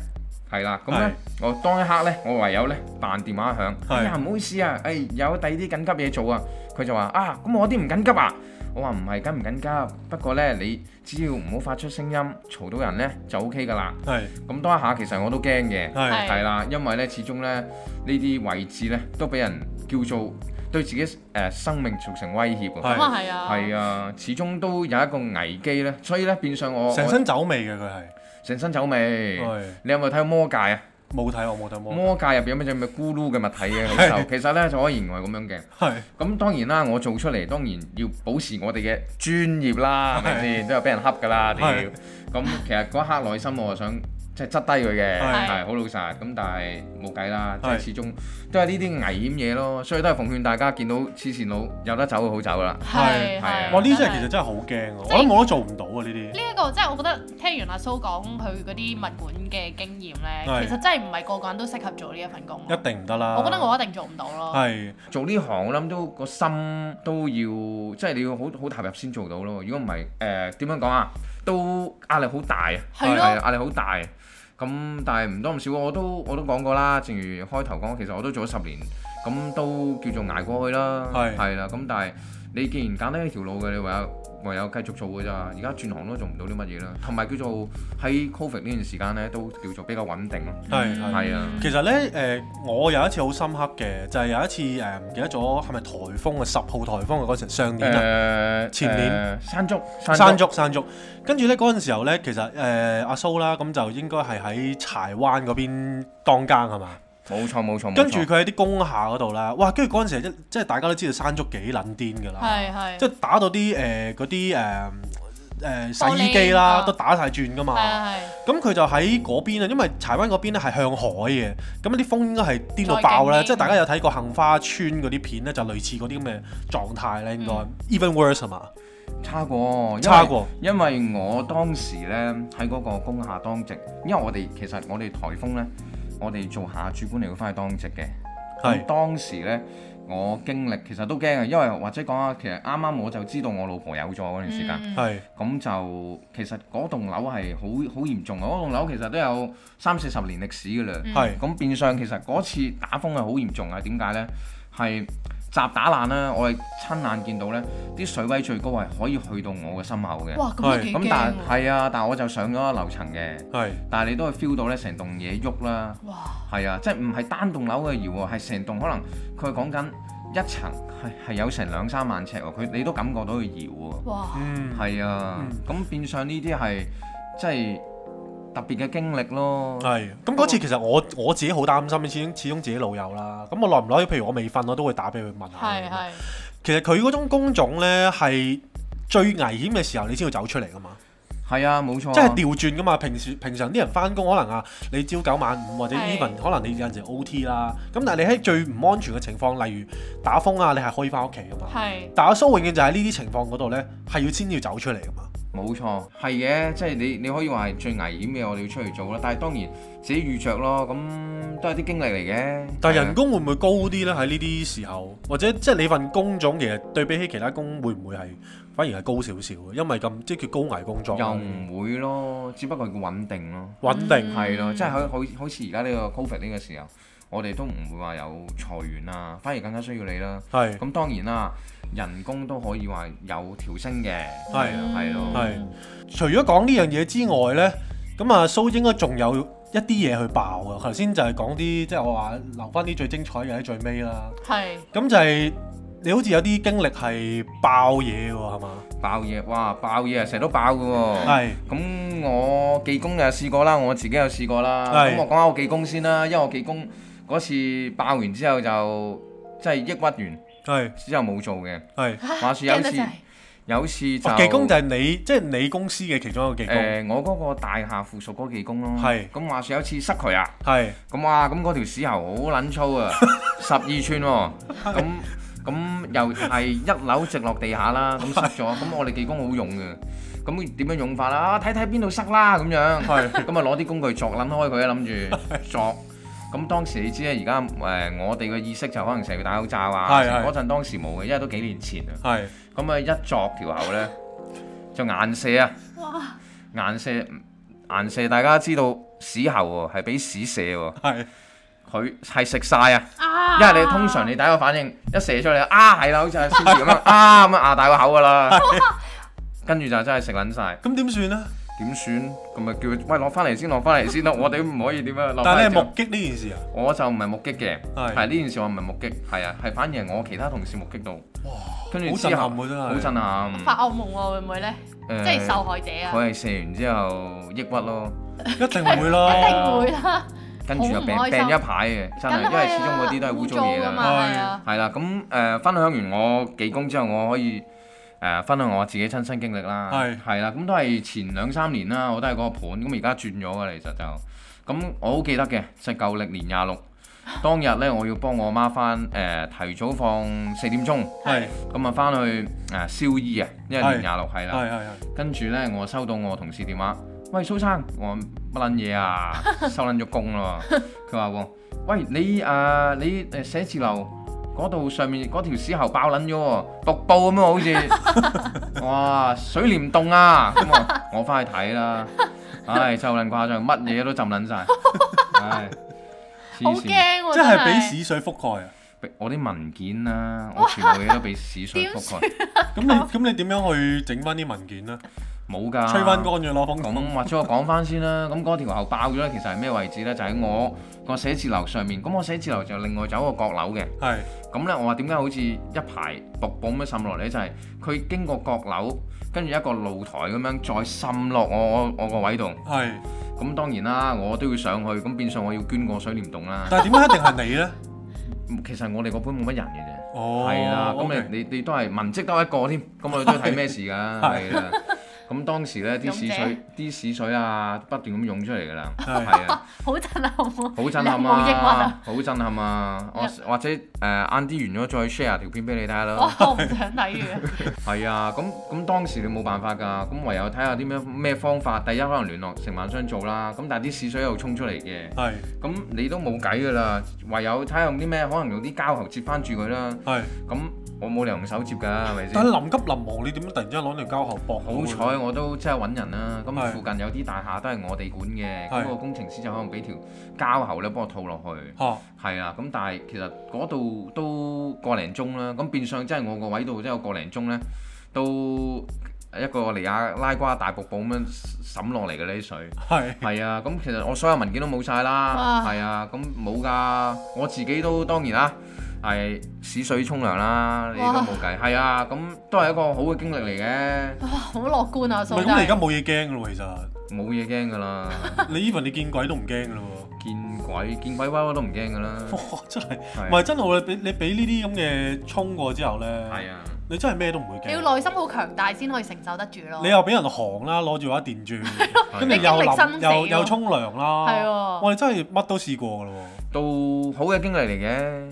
係啦，咁呢，我當一刻呢，我唯有呢扮電話響，
係
哎呀唔好意思啊，誒、有第二啲緊急嘢做啊，佢就話啊，咁我啲唔緊急啊，我話唔係緊唔緊急，不過呢，你只要唔好發出聲音嘈到人呢，就 O K 㗎啦。
係
咁當一下其實我都驚嘅，
係
係
係啦，因為咧始終咧呢啲位置咧都俾人叫做對自己誒、呃生命造成威脅
係
啊。
咁啊係啊，
係啊，始終都有一個危機咧，所以咧變相我
成
我
身酒味嘅佢係，
成身走味。
係
你有冇睇過魔戒啊？
冇睇我冇睇冇，
魔戒入邊有咩隻咩咕嚕嘅物體嘅老獸，其實咧就可以形容係咁樣嘅。
係
咁當然啦，我做出嚟當然要保持我哋嘅專
[laughs]
業啦，係咪先？都有俾人恰㗎啦，屌！
係
咁其實嗰一刻內心我係想即係執低佢嘅，
係
係好老實。咁但係冇計啦，即
係
係始終都係呢啲危險嘢咯，所以都係奉勸大家見到黐線佬有得走就好走啦。
係
係啊
係。
哇呢啲真係
係
其實真係好驚啊！我
即係
諗我都做唔到啊呢啲，
呢一個即係我覺得聽完阿蘇講佢嗰啲物管嘅經驗
係
咧，其實真係唔係個個人都適合做呢一份工咯。
一定唔得
啊
啦。
我覺得我一定做唔到咯。
係
做呢行我諗都個心都要，即係你要好好投入先做到咯。如果唔係誒點樣講啊，都壓力好大啊，
係咯
啊壓力好大。咁但係唔多唔少，我都我都講過啦。正如開頭講，其實我都做咗十年，咁都叫做捱過去啦，
係
係啦。咁但係你既然揀得呢條路嘅，你唯有唯有繼續做㗎咋。而家轉行都做唔到啲乜嘢啦，同埋叫做喺 Covid 呢段時間咧，都叫做比較穩定咯。
係
嗯
係。
係啊，
其實咧，誒、我有一次好深刻嘅，就係、有一次誒，唔、記得咗係咪颱風啊，十號颱風啊嗰陣，上年啊。
誒
前年
誒山竹
山竹山竹，跟住咧嗰陣時候咧，其實誒、阿蘇啦，咁就應該係喺柴灣嗰邊當更係嘛？
冇錯冇錯冇錯。
跟住佢喺啲工廈嗰度啦，哇！跟住嗰陣時一即係大家都知道山竹幾撚癲㗎啦，
係係。
即係打到啲誒嗰啲誒誒洗衣機啦
玻璃啊
都打晒轉㗎
係
嘛。
啊係。
咁佢就喺嗰邊啊，因為柴灣嗰邊咧係向海嘅，咁啲風應該係癲到爆
再勁
啦。
啲
即係大家有睇過杏花村嗰啲片咧，就類似嗰啲咁嘅狀態咧，應該
嗯
even worse 係嘛？
差過，因為
差過
因為我當時呢，喺嗰個工廈當值，因為我哋其實我哋颱風呢，我哋做下主管嚟要翻去當值嘅。
係
咁當時呢，我經歷其實都驚嘅，因為或者講下，其實啱啱我就知道我老婆有咗嗰段時間。
嗯
係
咁就其實嗰棟樓係好好嚴重嘅，嗰棟樓其實都有三四十年歷史㗎啦。
係
咁變相其實嗰次打風係好嚴重啊！點解呢？係閘打爛啦，我係親眼見到呢啲水位最高係可以去到我嘅心口嘅。
哇！咁都幾
咁
驚
但
喎。
係啊，但係我就上咗樓層嘅，
係
但係你都係 feel 到呢成棟嘢喐啦，
哇！
係啊，即係唔係單棟樓嘅搖喎，係成棟可能佢講緊一層係係有成兩三萬尺喎，佢你都感覺到佢搖喎。
哇！
嗯
係啊，咁、變相呢啲係即係特別嘅經歷咯。
係，咁嗰次其實我我自己好擔心，始終始終自己老友啦。咁我耐唔耐，譬如我未瞓，我都會打俾佢問
嗯
下。
係係。
其實佢嗰種工種呢，係最危險嘅時候，你先要走出嚟噶嘛，
係啊，冇錯啊。
即係調轉噶嘛。平時平常啲人翻工可能啊，你朝九晚五或者
係
even 可能你有陣時 OT 啦。咁但係你喺最唔安全嘅情況，例如打風啊，你係可以翻屋企噶嘛。
係
但阿蘇永遠就喺呢啲情況嗰度呢，係要先要走出嚟噶嘛。
冇錯，係嘅，即係你你可以話係最危險嘅，我哋要出去做啦。但係當然自己遇着咯，咁都係啲經歷嚟嘅。
但係
係啊
人工會唔會高啲呢？喺呢啲時候，或者即係你份工種其實對比起其他工會唔會係反而係高少少嘅？因為咁即係叫高危工作啦，
又唔會咯，只不過係個穩定咯，
穩定
嗯
係咯，即係好好好似而家呢個 Covid 呢個時候，我哋都唔會話有裁員啊，反而更加需要你啦。
係
咁當然啦，人工都可以話有調升嘅，
係
係咯，
嗯
係。除咗講呢樣嘢之外呢，咁啊蘇應該仲有一啲嘢去爆啊。頭先就係講啲即係我話留翻啲最精彩嘅喺最尾啦。
係
咁就係、你好似有啲經歷係爆嘢喎，係嘛？
爆嘢，哇，爆嘢啊，成日都爆嘅喎。
係
咁我技工又試過啦，我自己又試過啦。
係
咁我講下我技工先啦，因為我技工嗰次爆完之後就即係抑鬱完
係
之後冇做嘅。
係。
話説有
驚得
次
滯
有次就
哦技工就係你，即係你公司嘅其中一個技
誒、
工，
我嗰個大廈附屬嗰個技工咯。
係
咁話説有次塞佢啊，
係
咁哇咁嗰條屎喉好
[laughs]
撚粗啊，十二寸喎、咁。咁又係一樓直落地下啦，咁塞咗，咁我哋技工好用嘅，咁點樣用法啦？啊，睇睇邊度塞啦咁樣，
係
咁啊攞啲工具鑿撚開佢啊，諗住鑿。咁當時你知咧，而家誒我哋嘅意識就可能成日要戴口罩啊，
係係
嗰陣當時冇嘅，因為都幾年前啊。
係
咁啊一鑿條口咧，就顏射啊，
哇！
顏射顏射，大家知道屎喉喎，係俾屎射喎，
係
佢係食晒啊！
啊，
因為你通常你第一個反應一射出嚟啊，係啦，好似係先
[laughs]
咁樣啊咁啊牙大個口噶啦， [laughs] 跟住就真係食撚晒。
咁點算呢？
點算？咁咪叫佢喂攞翻嚟先，攞翻嚟先咯。我哋唔可以點樣攞
但係
翻
你係
嚟之後。
目擊呢件事啊？
[laughs] 我就唔係目擊嘅，
係
係呢件事我唔係目擊，係啊，係反而係我其他同事目擊到。跟住
好
之
震
後
撼喎真係
好震撼。
發惡夢喎，會唔會咧？
誒
即係受害者啊，
嗯佢係射完之後抑鬱咯，
一定會
一
啦，
定會啦，
跟住又病
好唔開心
病一排嘅，真
梗
係，因為始終
啦
嗰啲都係污糟嘢
㗎
啦
嘛，。係啊，
係啦，咁誒、呃分享完我技工之後，我可以誒、呃分享我自己親身經歷啦。
係
係啦，咁都係前兩三年啦，我都係嗰個盤，咁而家轉咗㗎，其實就咁我好記得嘅，就係舊歷年廿六當日呢，我要幫我媽翻誒、呃提早放四點鐘，
係
咁啊翻去誒燒衣啊，因為
係
年廿六係
係
啦。
係係
跟住呢，我收到我同事電話，喂蘇生，我話乜撚
[laughs]
嘢啊？收撚咗工咯。佢話喎，喂你啊、你誒寫字樓嗰度上面嗰條屎喉爆撚咗喎，瀑布咁樣好似，
[laughs]
哇水簾洞啊！咁我我翻去睇啦，唉就撚誇張，乜嘢都浸撚晒。唉
好
黐
驚
線。
喎，
即係俾
真
屎水覆蓋啊！
我啲文件啊，我全部嘢都俾屎水覆蓋，
咁你咁你點樣去整翻啲文件呢？
冇㗎。
吹翻乾咗攞封筒，
咁或者我講翻先啦，咁嗰條喉爆咗咧，其實係咩位置呢？就喺我個寫字樓上面。咁我寫字樓就另外走個閣樓嘅。
係
咁呢，我話點解好似一排瀑布咁樣滲落嚟呢？就係、佢經過閣樓，跟住一個露台咁樣再滲落我我我個位度。
係，
咁當然啦，我都要上去，咁變相我要捐過水簾洞啦。
但係點解一定係你呢？
其實我哋嗰班冇乜人嘅啫。
哦，
係啦，咁
OK
你你你都係文職得一個添，咁我
[laughs]
哋都要睇咩事㗎，係啦。咁當時咧啲
勇
屎
者
水啲屎水啊，不斷咁湧出嚟㗎啦，
係
係啊，
係好震撼喎，
好震
[laughs]
撼
你有冇抑鬱
啊
啊，
好震撼啊！我或者誒晏啲完咗再 share 條片俾你睇下
[laughs]
我
啦。
哦
哦
我唔想睇完，
係啊，咁咁當時你冇辦法㗎，咁唯有睇下啲咩咩方法。第一可能聯絡承辦商做啦，咁但係啲屎水又衝出嚟嘅，
係
咁你都冇計㗎啦，唯有睇下用啲咩，可能用啲膠喉接翻住佢啦。
係，
咁我冇理由用手接㗎，係咪先
但係？臨急臨忙你點樣突然之間攞條膠喉搏？
好彩我都即係揾人啦，咁
係
附近有啲大廈都係我哋管嘅，
係
咁個工程師就可能俾條膠喉咧幫我套落去，
嚇
係啊，咁但係其實嗰度都個零鐘啦，咁變相即係我個位度即係有個零鐘咧，都一個尼亞拉瓜大瀑布咁樣滲落嚟嘅呢啲水。
係
係啊，咁其實我所有文件都冇晒啦，
哇
係啊，咁冇㗎，我自己都當然啦，係屎水沖涼啦，你都
哇
冇計，係啊，咁都係一個好嘅經歷嚟嘅。
哇，好樂觀啊，
唔
蘇
係咁？
真
你而家
係，
冇嘢驚㗎咯，其實 [laughs]
冇嘢驚噶啦，
你 even 你見鬼都唔驚㗎咯
見鬼見鬼威威都唔驚噶啦
喎，， [laughs] 哇！真係
係啊
唔係真係你俾你俾呢啲咁嘅衝過之後
係
呢，
啊，
你真係咩都唔會
你要
驚。
內心好強大先可以承受得住咯，
你又俾人行啦，攞住把電
[laughs]
鑽，跟住
係啊
又
你經歷生
淋
死
又
喎
又沖涼啦，
係喎
我哋真係乜都試過㗎咯
都好嘅經歷嚟嘅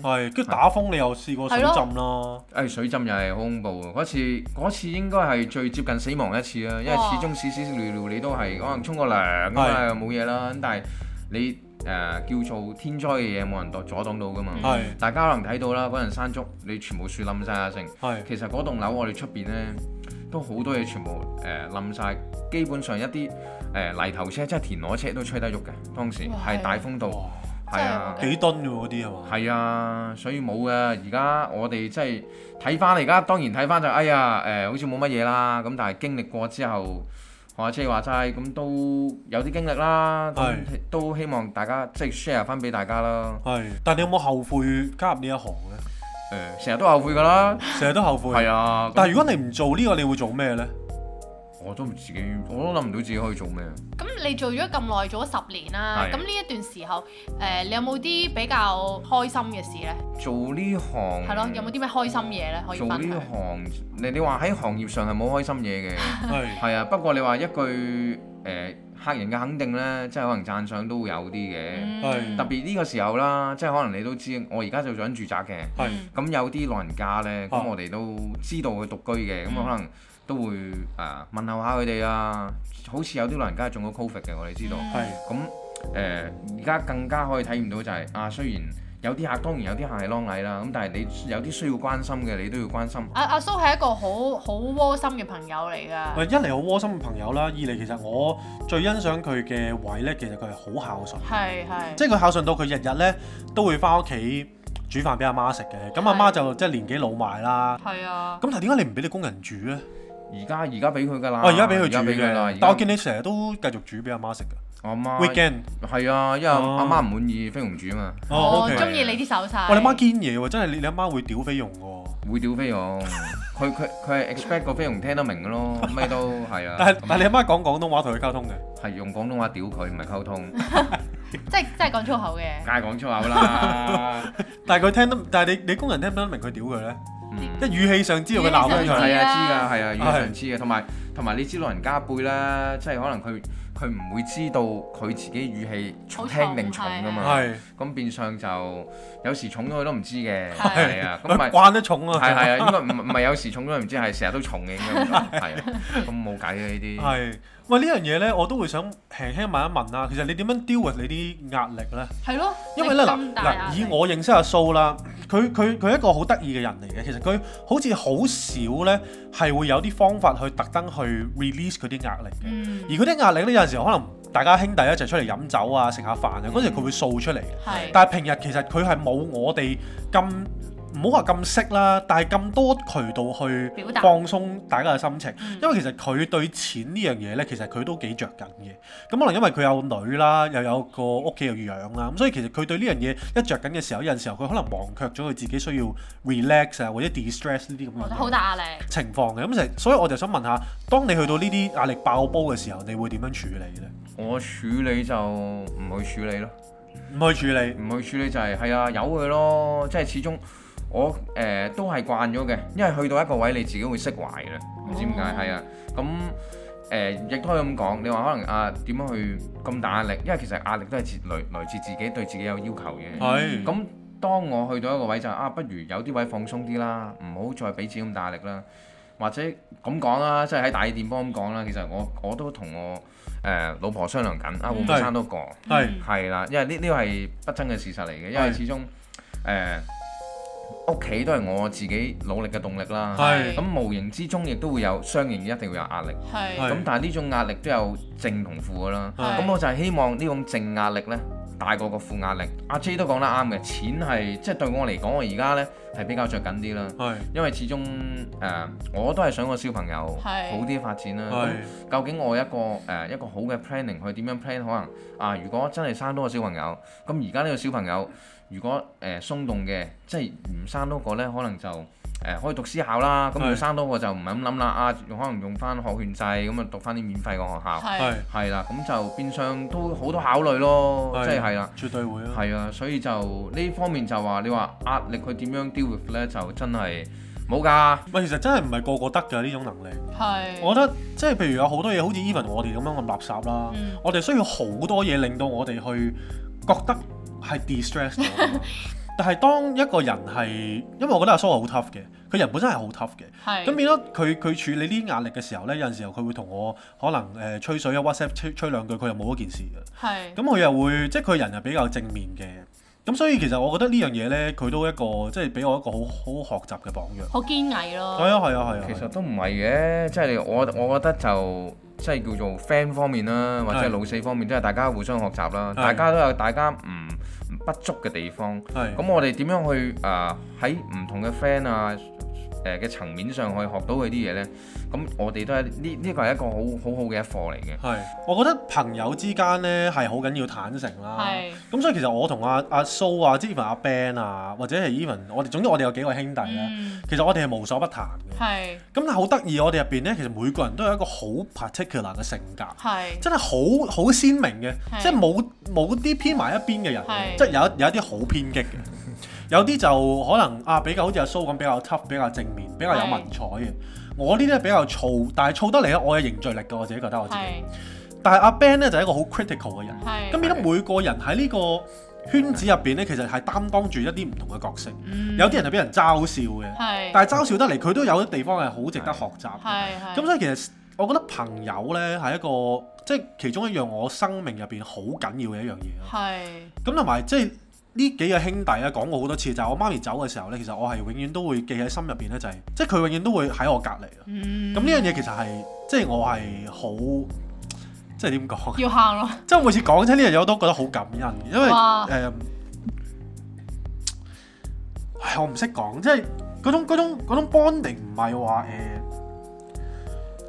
喎，。係跟住打風你又試過水浸
係咯
啦。
誒、水浸又係好恐怖喎！嗰次嗰次應該係最接近死亡一次啊啦，因為
哇
始終屎屎尿尿你都係可能沖個涼咁啊
係
冇嘢啦，咁但係你誒、叫做天災嘅嘢冇人阻阻擋到噶嘛，
係
大家可能睇到啦，嗰陣山竹你全部樹冧晒啊成。
係
其實嗰棟樓我哋出邊呢，都好多嘢全部誒冧晒，呃基本上一啲誒、泥頭車即係田螺車都吹得喐嘅。當時
哇
係
係
大風度，
哇
係啊。
幾噸嘅喎嗰啲係嘛？
係啊，所以冇啊。而家我哋即係睇翻，而家當然睇翻就哎呀誒、好似冇乜嘢啦。咁但係經歷過之後，學阿 J 話齋，咁都有啲經歷啦。咁
係
都希望大家即係 share 翻俾大家啦。
係，但係你有冇後悔加入呢一行咧？
誒、成日都後悔㗎啦。
成日都後悔。
係啊，
但係如
果
果你唔做呢個，你會做咩咧？
我都唔自己，我都諗唔到自己可以做咩。
咁你做咗咁耐，做咗十年啦，
係
咁呢一段時候，誒、你有冇啲比較開心嘅事呢？
做呢行
係咯，
嗯
有冇啲咩開心嘢呢？可以
做
分享？
呢行？你你話喺行業上係冇開心嘢嘅。
[laughs]
係
係啊，不過你話一句誒、客人嘅肯定呢，即係可能讚賞都會有啲嘅。
係
嗯，
特別呢個時候啦，即係可能你都知，我而家做緊住宅嘅，
係
嗯
咁有啲老人家呢，咁
啊
我哋都知道佢獨居嘅，咁
嗯
可能都會誒、啊、問候下佢哋啊。好似有啲老人家係中咗 Covid 嘅，我哋知道。
係
咁誒而家更加可以體驗到就係、啊，雖然有啲客當然有啲客係啷禮啦，咁但係你有啲需要關心嘅，你都要關心。
阿阿蘇係一個好好窩心嘅朋友嚟㗎。
喂，一嚟好窩心嘅朋友啦，二嚟其實我最欣賞佢嘅位咧，其實佢係好孝順，
係係，
即係佢孝順到佢日日咧都會翻屋企煮飯俾阿媽食嘅。咁阿媽
係
就即係年紀老埋啦。
係啊，
咁但係點解你唔俾你工人煮咧？
而家而家俾佢㗎啦，
我哦而家俾佢煮
啦啊而
嘅，
家哦
但我見你成日都繼續煮俾阿媽食嘅。
我阿媽
weekend
係啊，因為
哦
阿媽唔滿意飛龍煮啊嘛，
哦
我
，OK。
中意你啲手勢。
哇，你媽堅嘢喎，真係你你阿媽會屌飛用喎。
會屌飛龍。佢佢佢係 expect 個飛龍聽得明
[laughs]
嘅咯，咩都係啊。
但係
咁
但係你阿媽講廣東話同佢溝通嘅。
係用廣東話屌佢，唔係溝通，梗
即係即係講粗口嘅。
係講粗口啦。
但係佢聽得，但係你你工人聽唔聽得明佢屌佢咧？
嗯
即係語氣上知道佢鬧緊
語氣上
佢。
係
知
啊，
啦
知㗎，係啊，完全知嘅。同埋同埋，你知老人家輩啦，即係可能佢佢唔會知道佢自己語氣
好
輕
重
定重㗎嘛。
係，
咁變相就有時重咗佢都唔知嘅，
係
[laughs]
係啊。咁
佢
咪
慣得重啊。
係係啊，應該唔唔係有時重咗佢唔知，係成日都重嘅應該咁講。係啊，咁冇計嘅呢啲。
係。喂，呢樣嘢咧，我都會想輕輕問一問啊啦。其實你點樣 deal with 你啲壓力咧？
係咯，
因為咧
咁
嗱
大啊壓
嗱，
力
以我認識阿蘇啦，佢佢佢一個好得意嘅人嚟嘅。其實佢好似好少咧，係會有啲方法去特登去 release 佢啲壓力嘅。
嗯
而嗰啲壓力咧，有陣時可能大家兄弟一齊出嚟飲酒啊、食下飯啊，嗰陣時佢會掃出嚟嘅。
係
但係平日其實佢係冇我哋咁唔好話咁識啦，但係咁多渠道去
表達
放鬆大家嘅心情，
嗯
因為其實佢對錢呢樣嘢呢，其實佢都幾着緊嘅。咁可能因為佢有女啦，又有個屋企又要養啦，咁所以其實佢對呢樣嘢一着緊嘅時候，有陣時候佢可能忘卻咗佢自己需要 relax 啊，或者 de-stress 呢啲咁
我覺
樣
得好
嘅
大壓力。
情況嘅。咁成，所以我就想問下，當你去到呢啲壓力爆煲嘅時候，你會點樣處理呢？
我處理就唔去處理咯，
唔去處理，
唔去處理就係、係啊，由佢咯，即係始終我誒、呃都係慣咗嘅，因為去到一個位你自己會釋懷嘅，唔知點解
哦
係啊，咁誒亦都可以咁講，你話可能啊點樣去咁大壓力，因為其實壓力都係自來來自自己對自己有要求嘅，
嗯
係
咁。當我去到一個位就係啊，不如有啲位放鬆啲啦，唔好再俾自己咁大壓力啦。或者咁講啦，即係喺大店幫咁講啦。其實我我都同我誒、呃老婆商量緊啊，會唔會
係
生多個？
係
嗯
係啦，因為呢呢個係不爭嘅事實嚟嘅，因為
係
始終誒屋企都係我自己努力嘅動力啦。
係
咁無形之中亦都會有相應，一定會有壓力。
係
係
咁但係呢種壓力都有正同負噶啦。
係
咁我就係希望呢種正壓力呢，大過個負壓力。阿 J 都講得啱嘅，錢係即係對我嚟講，我而家呢係比較着緊啲啦。
係
因為始終誒、呃我都係想個小朋友
嗯係
好啲發展啦。咁
係。
究竟我一個誒、呃一個好嘅 planning 去點樣 plan？可能啊，如果真係生多個小朋友，咁而家呢個小朋友如果誒、呃、鬆動嘅，即係唔生多個呢，可能就誒、呃可以讀私校啦。咁
係
要生多個就唔係咁諗啦，啊，可能用翻學券制咁啊，讀翻啲免費嘅學校。
係
係，
係啦，咁就變相都好多考慮咯，
係
即係係啦。
絕對會啊！
係啊，所以就呢方面就話你話壓力佢點樣 deal with 咧，就真係冇㗎。
喂，其實真係唔係個個得㗎呢種能
嗯
力。
係，
我覺得即係譬如有好多嘢，好似 even 我哋咁樣咁垃圾啦，
嗯
我哋需要好多嘢令到我哋去覺得係 distress
[laughs]
咗㗎嘛。但係當一個人係，因為我覺得阿蘇係好 tough 嘅，佢人本身係好 tough 嘅。
係
咁變咗佢佢處理呢啲壓力嘅時候呢，有陣時候佢會同我可能誒、呃吹水啊 WhatsApp 吹吹兩句，佢又冇嗰件事嘅。
嗯
係
咁佢又會即係佢人係比較正面嘅，咁所以其實我覺得呢樣嘢呢，佢都一個即係俾我一個好好學習嘅榜樣。
好堅毅咯。
係啊係啊係啊，
其實都唔係嘅，即係我我覺得就即係叫做 friend 方面啦，或者係
係
老四方面，都係大家互相學習啦，
係
大家都有大家唔不足嘅地方。
係
咁我哋點樣去啊喺唔同嘅 friend 啊誒嘅層面上去學到佢啲嘢呢？咁我哋都係呢呢個係一個好好好嘅一課嚟嘅。
係，我覺得朋友之間呢係好緊要坦誠啦。
係
咁所以其實我同阿阿蘇啊，即係 even 阿 Ben 啊，或者係 even 我哋，總之我哋有幾個兄弟咧，
嗯
其實我哋係無所不談嘅。
係
咁但係好得意，我哋入邊咧，其實每個人都有一個好 particular 嘅性格，
係
真係好好鮮明嘅，
係
即係冇冇啲偏埋一邊嘅人
係，
即係有一有一啲好偏激嘅，有啲就可能啊比較好似阿蘇咁比較 tough，比較正面，比較有
係
文采嘅。我呢啲係比較燥，但係燥得嚟咧，我有凝聚力嘅，我自己覺得我自己。
係
但係阿 Ben 咧就係一個好 critical 嘅人，
係
咁變咗每個人喺呢個圈子入邊咧，其實係擔當住一啲唔同嘅角色。有啲人係俾人嘲笑嘅，
嗯係
但係嘲笑得嚟佢都有啲地方係好值得學習嘅。
係係
咁所以其實我覺得朋友咧係一個即係其中一樣我生命入邊好緊要嘅一樣嘢咯。
係
咁同埋即係呢幾個兄弟咧講過好多次，就係、我媽咪走嘅時候咧，其實我係永遠都會記喺心入邊咧，就係、即係佢永遠都會喺我隔離啊。
嗯
咁呢樣嘢其實係即係我係好即係點講啊？
要喊咯，
即係我每次講親呢樣嘢，我都覺得好感恩嘅，因為啊誒
哇、
唉，我唔識講，即係嗰種嗰種嗰種 bonding 唔係話誒，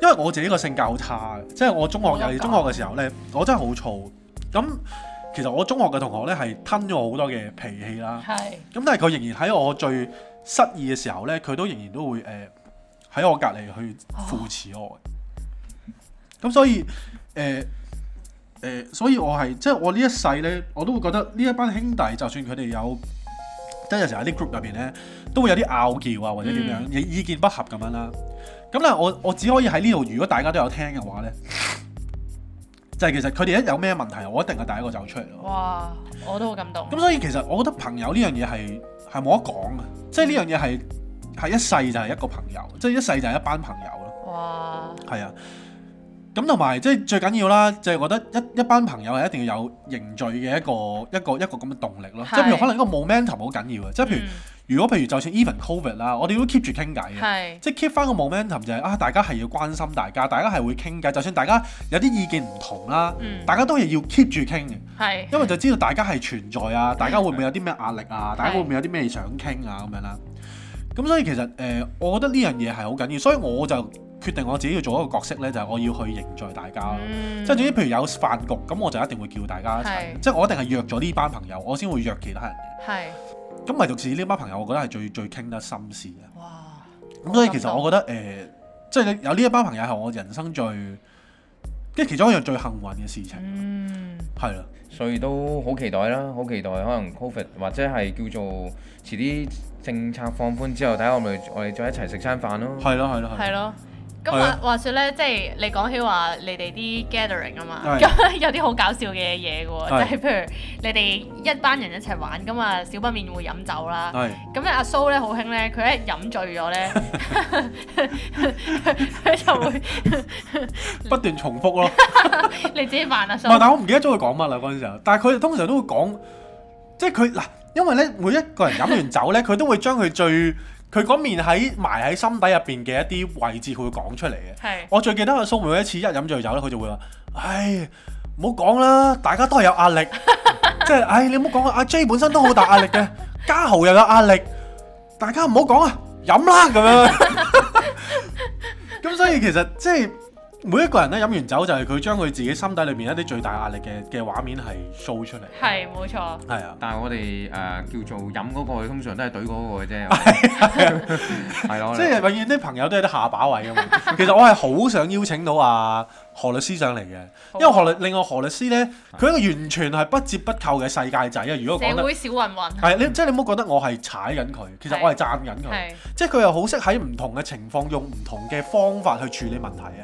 因為我自己個性格好差嘅，即係我中學
我都
尤其
咁
中學嘅時候咧，我真係好燥。咁其實我中學嘅同學咧係吞咗我好多嘅脾氣啦，
係
咁但係佢仍然喺我最失意嘅時候咧，佢都仍然都會誒呃喺、我隔離去扶持我嘅。咁所以誒誒、呃所以我係即係我呢一世咧，我都會覺得呢一班兄弟，就算佢哋有即係有時候喺啲 group 入邊咧，都會有啲拗撬啊，或者點樣，意意見不合咁樣啦。咁咧，我我只可以喺呢度，如果大家都有聽嘅話咧，就係、其實佢哋一有咩問題，我一定係第一個走出嚟咯。
哇，我都好感動
咁，所以其實我覺得朋友呢樣嘢係係冇得講嘅，即係呢樣嘢係係一世就係一個朋友，即係一世就係一班朋友咯，
哇
係啊。咁同埋即係最緊要啦，就係覺得一一班朋友係一定要有凝聚嘅一個一個一個咁嘅動力咯。
係
即係譬如可能一個 momentum 好緊要嘅，即係譬如
嗯
如果譬如就算 even covid 啦，我哋都 keep 住傾偈嘅。
係
即係 keep 翻個 momentum 就係、啊，大家係要關心大家，大家係會傾偈，就算大家有啲意見唔同啦，
嗯
大家都係要 keep 住傾嘅。
係
因為就知道大家係存在啊，大家會唔會有啲咩壓力啊，大家會唔會有啲咩想傾啊咁樣啦。咁所以其實誒、呃我覺得呢樣嘢係好緊要，所以我就決定我自己要做一個角色呢，就係、我要去凝聚大家咯。
嗯
即係總之，譬如有飯局，咁我就一定會叫大家一齊，
係
即係我一定係約咗呢班朋友，我先會約其他人嘅。
係
咁唯獨是呢班朋友，我覺得係最最傾得心事嘅。
哇
咁所以其實我覺得誒、呃即係有呢一班朋友係我人生最，即係其中一樣最幸運嘅事情，
嗯
係啦、
所以都好期待啦，好期待可能 Covid 或者係叫做遲啲政策放寬之後，睇下我哋我哋再一齊食餐飯咯。
係咯，係咯，係
係
咯。
咯。咁
係啊
話話説咧，即係你講起話你哋啲 gathering 啊嘛，
係
咁 [laughs] 有啲好搞笑嘅嘢嘅
係
喎，就係譬如你哋一班人一齊玩咁啊，少不免會飲酒啦。
係
咁咧阿蘇咧好興咧，佢一飲醉咗
[laughs]
咧， [laughs] 佢就會
不斷重複咯，唔
你自己扮
啊
阿
係，
蘇，
但我唔記得咗佢講乜啦嗰陣時候。但係佢哋通常都會講，即係佢嗱，因為咧每一個人飲完酒咧，佢都會將佢最佢嗰面喺埋喺心底入邊嘅一啲位置，佢會講出嚟嘅。
係
我最記得阿蘇每一次一飲醉酒咧，佢就會話：，唉，唔好講啦，大家都係有壓力，即係唉，你唔好講啊，阿 J 本身都好大壓力嘅，嘉豪又有壓力，大家唔好講啊，飲啦咁樣。咁所以其實即係每一個人咧飲完酒就係佢將佢自己心底裏面一啲最大壓力嘅嘅畫面係 show 出嚟，
係冇錯，
係啊，
但係我哋誒、呃叫做飲嗰、個，通常都係懟嗰個嘅啫。係咯，
即係永遠啲朋友都有啲下把位噶嘛。 [laughs] 其實我係好想邀請到阿何律師上嚟嘅。
啊
因為何律，另外何律師咧，佢一個完全係不折不扣嘅世界仔啊！如果講
社
得
會小混混
係你，即係你唔好覺得我係踩緊佢，其實我係讚緊佢，
係
即係佢又好識喺唔同嘅情況用唔同嘅方法去處理問題啊！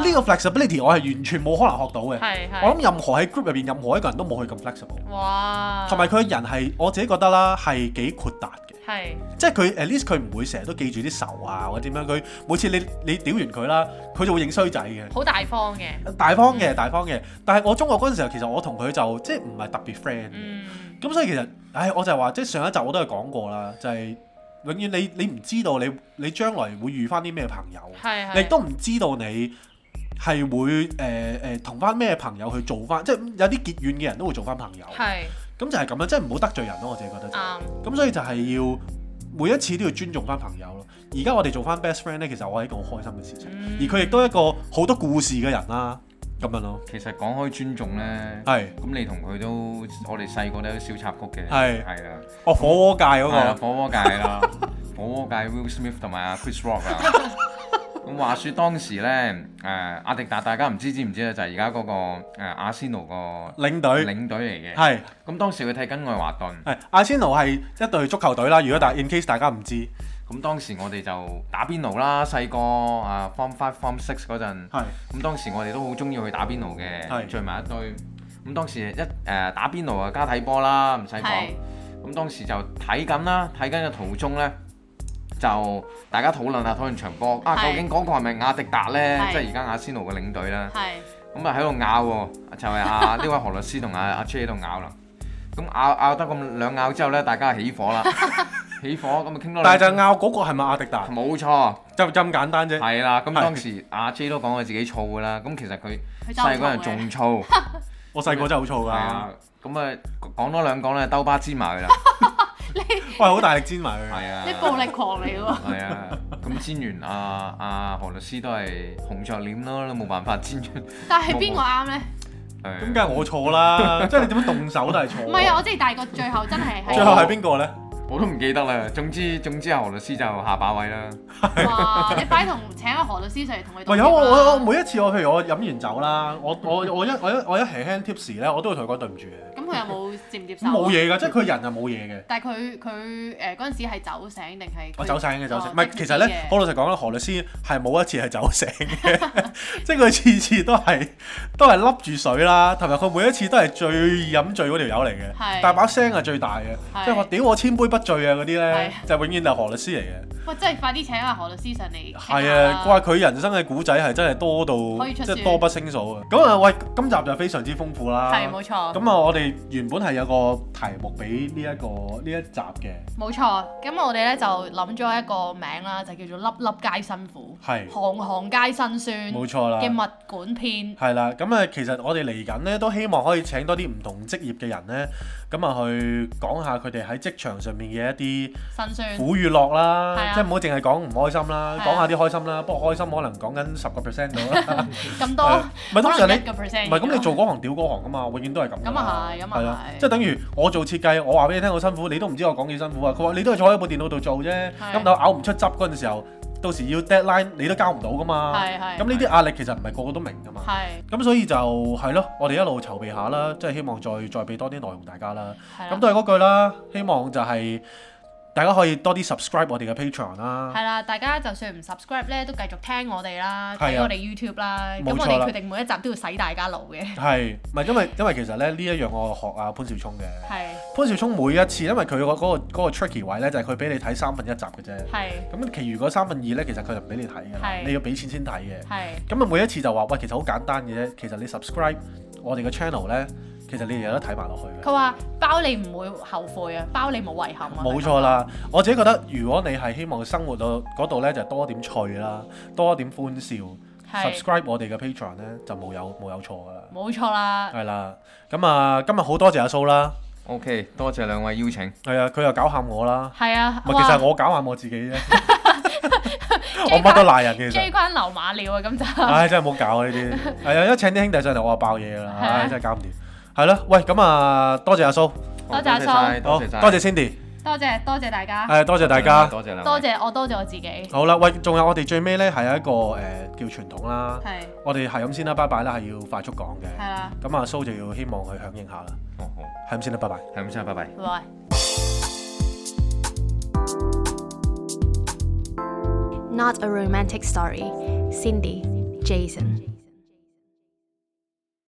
哇，
呢個 flexibility 我係完全冇可能學到嘅，
係
我
係
諗任何喺 group 入邊任何一個人都冇佢咁 flexible，
哇，
同埋佢嘅人係我自己覺得啦係幾豁達嘅。
係
即係佢 at least 佢唔會成日都記住啲仇啊或者點樣，佢每次你你屌完佢啦，佢就會認衰仔嘅。
好大方嘅，
大方
嗯
嘅，大方嘅。但係我中學嗰陣時候，其實我同佢就即係唔係特別 friend 嘅。
嗯
咁、所以其實，唉，我就係話，即係上一集我都有講過啦，就係、永遠你你唔知道你你將來會遇翻啲咩朋友，
係
你
係
亦都唔知道你誒、係會誒誒同翻咩朋友去做翻，即係有啲結怨嘅人都會做翻朋友。
係
咁就係咁樣，即係唔好得罪人咯。我自己覺得就
啱，
咁所以就係要每一次都要尊重翻朋友咯。而家我哋做翻 best friend 咧，其實我係一個好開心嘅事情，
嗯
而佢亦都一個好多故事嘅人啦，咁樣咯，
其實講開尊重呢，
係
咁你同佢都，我哋細個都有啲小插曲嘅，
係
係啊，
哦火鍋界嗰、
係啦，啊
個
火鍋界啦， [laughs] 火鍋界 Will Smith 同埋阿 Chris Rock 啊。咁話說當時呢，誒、阿迪達大家唔知知唔知咧，就係而家嗰個、呃、阿仙奴個
領隊，
領隊嚟嘅。
係
咁當時佢踢緊愛華頓，
係阿仙奴係一隊足球隊啦。如
嗯
果大 in case 大家唔知，
咁當時我哋就打邊爐啦，細個啊 Form Five、Form Six 嗰陣。
係
咁當時我哋都好中意去打邊爐嘅，
係
聚埋一堆。咁當時一誒、呃打邊爐啊，加睇波啦，唔使講
係。
咁當時就睇緊啦，睇緊嘅途中呢，就大家討論下討論場波啊，
係
究竟嗰個係咪亞迪達呢？
係
即係而家阿仙奴嘅領隊啦。
係
咁啊喺度拗喎，就係
[laughs]
阿呢位何律師同阿阿 J 喺度拗啦。咁拗拗得咁兩拗之後呢，大家起火
[laughs]
啦，起火咁啊傾多兩。
但係就拗嗰個係咪阿迪達，
冇錯，
就咁簡單啫。
係啦。咁
係
當時阿 J 都講佢自己燥噶啦。咁其實佢
佢真係
細個人
[laughs]
仲燥。
我細個真係好
係啊
燥，
咁啊講多兩講咧，兜巴煎
[laughs]
埋佢啦。
㗎，喂好大力煎埋佢。
[laughs]
係啊，
你暴力狂嚟喎，
係啊，咁煎完啊啊何律師都係紅着臉咯，都冇辦法煎出。啊
但係邊個啱咧？
咁
咁梗係我錯
[laughs]
啦，即係你點樣動手都係錯。
唔係啊，我即係大個最後真係
最
係
後係邊個咧？
我都唔記得啦。總之總之啊，何律師就下把位啦。
哇！你快同請阿何律師上嚟同佢道
喂，
歉
有我我我
啦。
每一次我譬如我飲完酒啦，我我我一我一我一 hand tips 咧，我都會同佢講對唔住嘅，
咁佢有冇接唔接受？
咁冇。嘢㗎，即係佢人就冇嘢嘅。
但係佢佢誒嗰陣時係走醒定係佢？
我走醒嘅走醒，
哦
唔係
即
其
係
實咧，好
佢
老實講啦，何律師係冇一次係走醒嘅， [laughs] 即係佢次次都係都係笠住水啦，同埋佢每一次都係最飲醉嗰條友嚟嘅，
係
但係把聲係最大嘅，
係
即係話屌我千杯不醉啊嗰啲咧，
係
就永遠就係何律師嚟嘅，
知嘅喂，真係快啲請阿何律師上嚟。
係啊，佢話佢人生嘅古仔係真係多到
可以出
即係
書
多不勝數啊！咁啊，喂，今集就非常之豐富啦，
係冇錯。
咁啊，我哋原本係有個題目俾呢一個呢一集嘅，
冇錯，咁我哋咧就諗咗一個名啦，就叫做粒粒皆辛苦，
係
行行皆辛酸
冇錯啦。
嘅物管篇。
係啦，咁啊，其實我哋嚟緊咧都希望可以請多啲唔同職業嘅人咧，咁啊去講下佢哋喺職場上面嘅一
辛
啲
酸
苦與樂啦，
嗯係啊
即係唔好淨係講唔開心啦，
係啊
講下啲開心啦。不過開心可能講緊十個 percent 到啦，[laughs]
咁
係
[laughs] 多，
唔係通
可
常
能一
你
個 percent。
唔係咁你做嗰行屌嗰行噶嘛，永遠都係咁㗎嘛。
咁啊係，咁
係啦
啊，係。
即係等於我做設計，我話俾你聽好辛苦，你都唔知我講幾辛苦啊！佢話你都係坐喺部電腦度做啫，咁但我咬唔出汁嗰陣時候，到時要 deadline 你都交唔到噶嘛。
係係
咁呢啲壓力其實唔係個個都明噶嘛。
係
咁所以就係咯，我哋一路籌備下啦，即係希望再再俾多啲內容大家啦。
係啊
咁
啦。
都係嗰句啦，希望就係大家可以多啲 subscribe 我哋嘅 Patreon 啦。
係啦，大家就算唔 subscribe 咧，都繼續聽我哋
係
啦，
啊
睇我哋 YouTube 啦。咁
冇
我
錯啦
哋決定每一集都要洗大家腦嘅。
係，唔係因為因為其實咧呢一樣我學阿潘少聰嘅。
係
潘少聰每一次，因為佢嗰嗰個嗰個 tricky 位咧，就係佢俾你睇三分一集嘅啫。
係
咁其餘嗰三分二咧，其實佢就唔俾你睇㗎啦，
係
你要俾錢先睇嘅。
係
咁啊，每一次就話喂，其實好簡單嘅啫，其實你 subscribe 我哋嘅 channel 咧，其實你哋有得睇埋落去嘅。
佢話包你唔會後悔啊，包你冇遺憾啊。
冇錯啦，我自己覺得，如果你係希望生活到嗰度咧，就多點趣啦，多點歡笑。
係
subscribe 我哋嘅 patron 咧，就冇有冇有錯噶啦。
冇錯啦。
係啦，咁啊，今日好多謝阿蘇啦，
OK，多謝兩位邀請。
係啊，佢又搞喊我啦，
係啊，
唔係其實
哇
我搞喊我自己
[laughs]
啫，我乜都賴人嘅其實
J。關流馬尿啊，咁就
唉，真係冇搞啊呢啲。
[laughs]
係啊，一請啲兄弟上嚟，我話爆嘢㗎啦，唉，真係搞唔掂。係咯，喂，咁啊，多謝阿蘇，
好
多謝阿
晒
蘇
好，
多謝晒
多謝 Cindy，
多謝多謝大家。
誒，多謝大家。
多謝兩位
多謝我多謝我自己，
好啦，喂，仲有我哋最尾咧係有一個誒叫傳統啦，
係
我哋係咁先啦，拜拜啦，係要快速講嘅。
係啦，
咁阿蘇就要希望佢響應下啦，
哦好，
係咁先啦，拜拜。
係咁先啦，啊拜拜。
拜拜。
Not a romantic story. Cindy, Jason.